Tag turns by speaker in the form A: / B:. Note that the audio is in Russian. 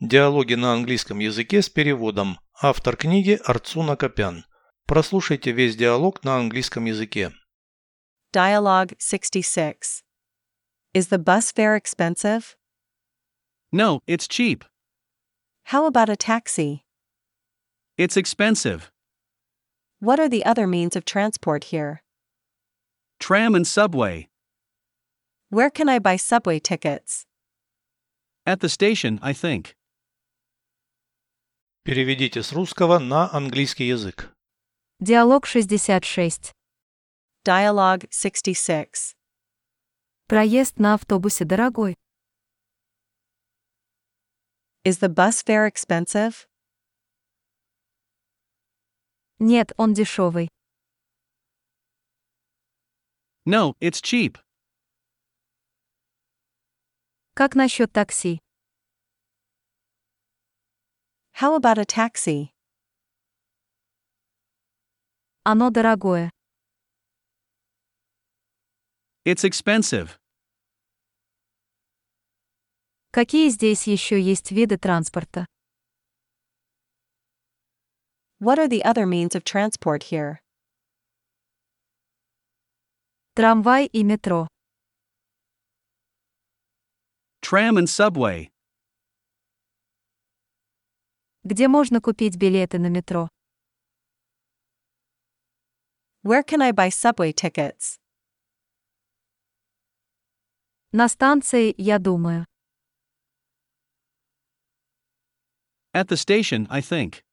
A: Диалоги на английском языке с переводом. Автор книги Арцуна Копян. Прослушайте весь диалог на английском языке.
B: Dialogue 66. Is the bus fare expensive?
C: No, it's cheap.
B: How about a taxi?
C: It's expensive.
B: What are the other means of transport here?
C: Tram and subway.
B: Where can I buy subway tickets?
C: At the station, I think.
A: Переведите с русского на английский язык.
D: Диалог 66.
B: Dialogue 66.
D: Проезд на автобусе дорогой.
B: Is the bus fare expensive?
D: Нет, он дешевый.
C: No, it's cheap.
D: Как насчет такси?
B: How about a taxi?
D: Оно дорогое.
C: It's expensive.
D: Какие здесь еще есть виды транспорта?
B: What are the other means of transport here?
D: Трамвай и метро.
C: Tram and subway.
D: Где можно купить билеты на метро?
B: Where can I buy subway tickets?
D: На станции, я думаю.
C: At the station, I think.